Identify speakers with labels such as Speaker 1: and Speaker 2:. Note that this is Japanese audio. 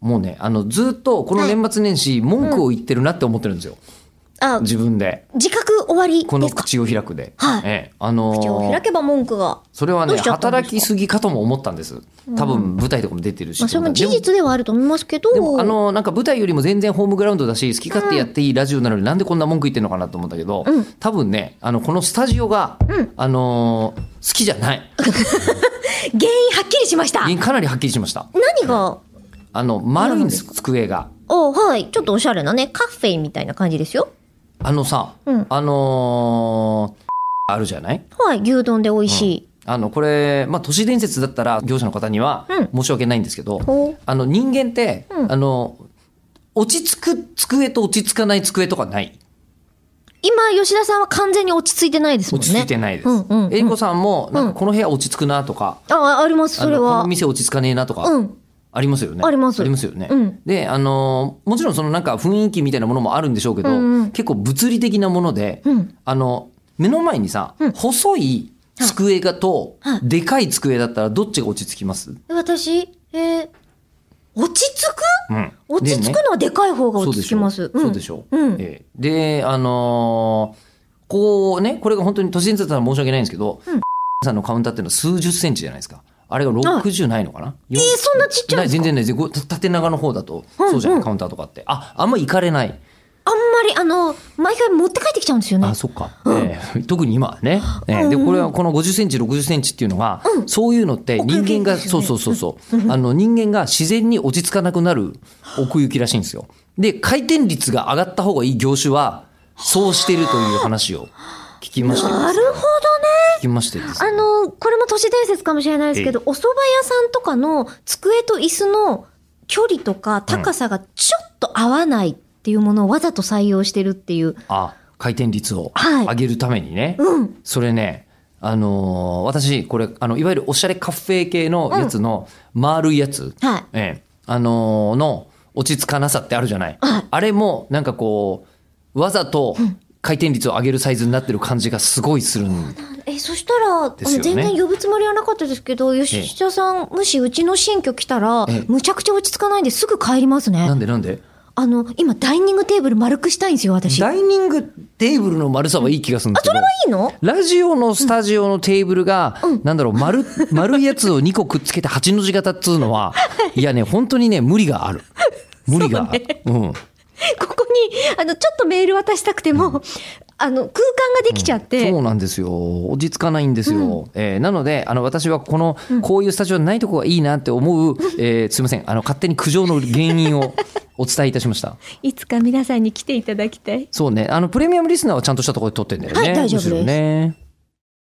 Speaker 1: もうね、あの、ずっとこの年末年始、文句を言ってるなって思ってるんですよ。
Speaker 2: あ、
Speaker 1: 自分で。
Speaker 2: 自覚終わり
Speaker 1: こ
Speaker 2: で
Speaker 1: の
Speaker 2: すか
Speaker 1: 口を開くで。
Speaker 2: はい
Speaker 1: ええあのー
Speaker 2: 口を開けば文句が。
Speaker 1: それは
Speaker 2: ど
Speaker 1: ね、
Speaker 2: うしちゃったんですか
Speaker 1: 働きすぎかとも思ったんです。多分、舞台とかも出てるし。
Speaker 2: まあ、それも事
Speaker 1: でも
Speaker 2: 実ではあると思いますけど。
Speaker 1: でもあのなんか舞台よりも全然ホームグラウンドだし好き勝手やっていいラジオなのになんでこんな文句言ってんのかなと思ったけど、
Speaker 2: うん
Speaker 1: 多分ねあのこのスタジオが、あのー好きじゃない
Speaker 2: 原因はっきりしました。何
Speaker 1: かなりはっきりしました
Speaker 2: が、
Speaker 1: あの丸いんです机が
Speaker 2: おはい。ちょっとおしゃれなね、カフェみたいな感じですよ。
Speaker 1: あのさ、
Speaker 2: うん
Speaker 1: あのーあるじゃない
Speaker 2: はい。牛丼で美味しい。
Speaker 1: あのこれ、まあ、都市伝説だったら業者の方には
Speaker 2: うん
Speaker 1: 申し訳ないんですけど、
Speaker 2: ほう
Speaker 1: あの人間って、
Speaker 2: うん
Speaker 1: あの落ち着く机と落ち着かない机とかない
Speaker 2: 今、吉田さんは完全に落ち着いてないですもんね。
Speaker 1: 落ち着いてないです。
Speaker 2: うんうん、うん
Speaker 1: えりこさんもなんかこの部屋落ち着くなとか、
Speaker 2: あ、あります、
Speaker 1: あの
Speaker 2: それ
Speaker 1: こ
Speaker 2: は
Speaker 1: の。店落ち着かねえなとか、
Speaker 2: うん。
Speaker 1: ありますよね。
Speaker 2: あります
Speaker 1: ありますよね。
Speaker 2: うん
Speaker 1: で、あのーもちろんそのなんか雰囲気みたいなものもあるんでしょうけど、
Speaker 2: うんうん
Speaker 1: 結構物理的なもので、
Speaker 2: うん
Speaker 1: あの目の前にさ、
Speaker 2: うん
Speaker 1: 細い机がと、
Speaker 2: はい
Speaker 1: でかい机だったらどっちが落ち着きます？
Speaker 2: 私、えー、落ち着く
Speaker 1: うん
Speaker 2: 落ち着
Speaker 1: でね
Speaker 2: くのはでかい方が
Speaker 1: そ
Speaker 2: 落
Speaker 1: うで
Speaker 2: ち着
Speaker 1: し
Speaker 2: き
Speaker 1: ょ
Speaker 2: ます。ん
Speaker 1: そうでしょ。
Speaker 2: うん。
Speaker 1: ええで、あのーこうね、これが本当に都市伝説なら申し訳ないんですけど、
Speaker 2: うん
Speaker 1: さんのカウンターっていうのは数十センチじゃないですか。あれが60ないのかな、え
Speaker 2: えーそんなちっちゃいんですか
Speaker 1: 全然ない全然ご縦長の方だと、
Speaker 2: うん
Speaker 1: そうじゃない、
Speaker 2: うん
Speaker 1: カウンターとかって。あ、あんま行かれない。
Speaker 2: あんまり、あの、毎回持って帰ってきちゃうんですよね
Speaker 1: あ、。そっか。ええ特に今はね。ええで、
Speaker 2: うん
Speaker 1: これはこの50センチ、60センチっていうのが、
Speaker 2: うん
Speaker 1: そういうのって人間が、
Speaker 2: 奥行きです
Speaker 1: そ
Speaker 2: よ
Speaker 1: う
Speaker 2: ね
Speaker 1: そうそうそう。あの、人間が自然に落ち着かなくなる奥行きらしいんですよ。で、回転率が上がった方がいい業種は、そうしてるという話を聞きましてですね
Speaker 2: なるほどね。
Speaker 1: 聞きましてですね
Speaker 2: あの、これも都市伝説かもしれないですけど、お蕎麦屋さんとかの机と椅子の距離とか高さがちょっと合わないっていうものをわざと採用してるっていう。
Speaker 1: あ、回転率を
Speaker 2: はい
Speaker 1: 上げるためにね。
Speaker 2: うん。
Speaker 1: それね、あのー私、これ、あの、いわゆるおしゃれカフェ系のやつの丸いやつ。
Speaker 2: はい。
Speaker 1: ええ、あのーの落ち着かなさってあるじゃない。
Speaker 2: はい
Speaker 1: あれも、なんかこう、わざと回転率を上げるサイズになってる感じがすごいするん
Speaker 2: え、そしたら、
Speaker 1: で
Speaker 2: あ
Speaker 1: す
Speaker 2: の
Speaker 1: よね
Speaker 2: 全然呼ぶつもりはなかったですけど、吉田さん、もしうちの新居来たら
Speaker 1: ええ、
Speaker 2: むちゃくちゃ落ち着かないんですぐ帰りますね
Speaker 1: な。んでなんで
Speaker 2: あの、今、ダイニングテーブル丸くしたいんですよ、私。い
Speaker 1: ダイニングテーブルの丸さはいい気がするんですけど。
Speaker 2: いの
Speaker 1: ラジオのスタジオのテーブルが、なんだろう、 丸、丸いやつを2個くっつけて8の字型っつうのは、いやね、本当にね、無理がある。無理がある。うん。
Speaker 2: ここに、あの、ちょっとメール渡したくても、あの、空間ができちゃって、
Speaker 1: そうなんですよ。落ち着かないんですよ。えーなので、あの、私はこの、こういうスタジオないとこがいいなって思う、えーすいません。あの、勝手に苦情の原因をお伝えいたしました。
Speaker 2: いつか皆さんに来ていただきたい。
Speaker 1: そうね。あの、プレミアムリスナーはちゃんとしたところで撮ってんだよね。
Speaker 2: はい大丈夫です
Speaker 1: むしろね。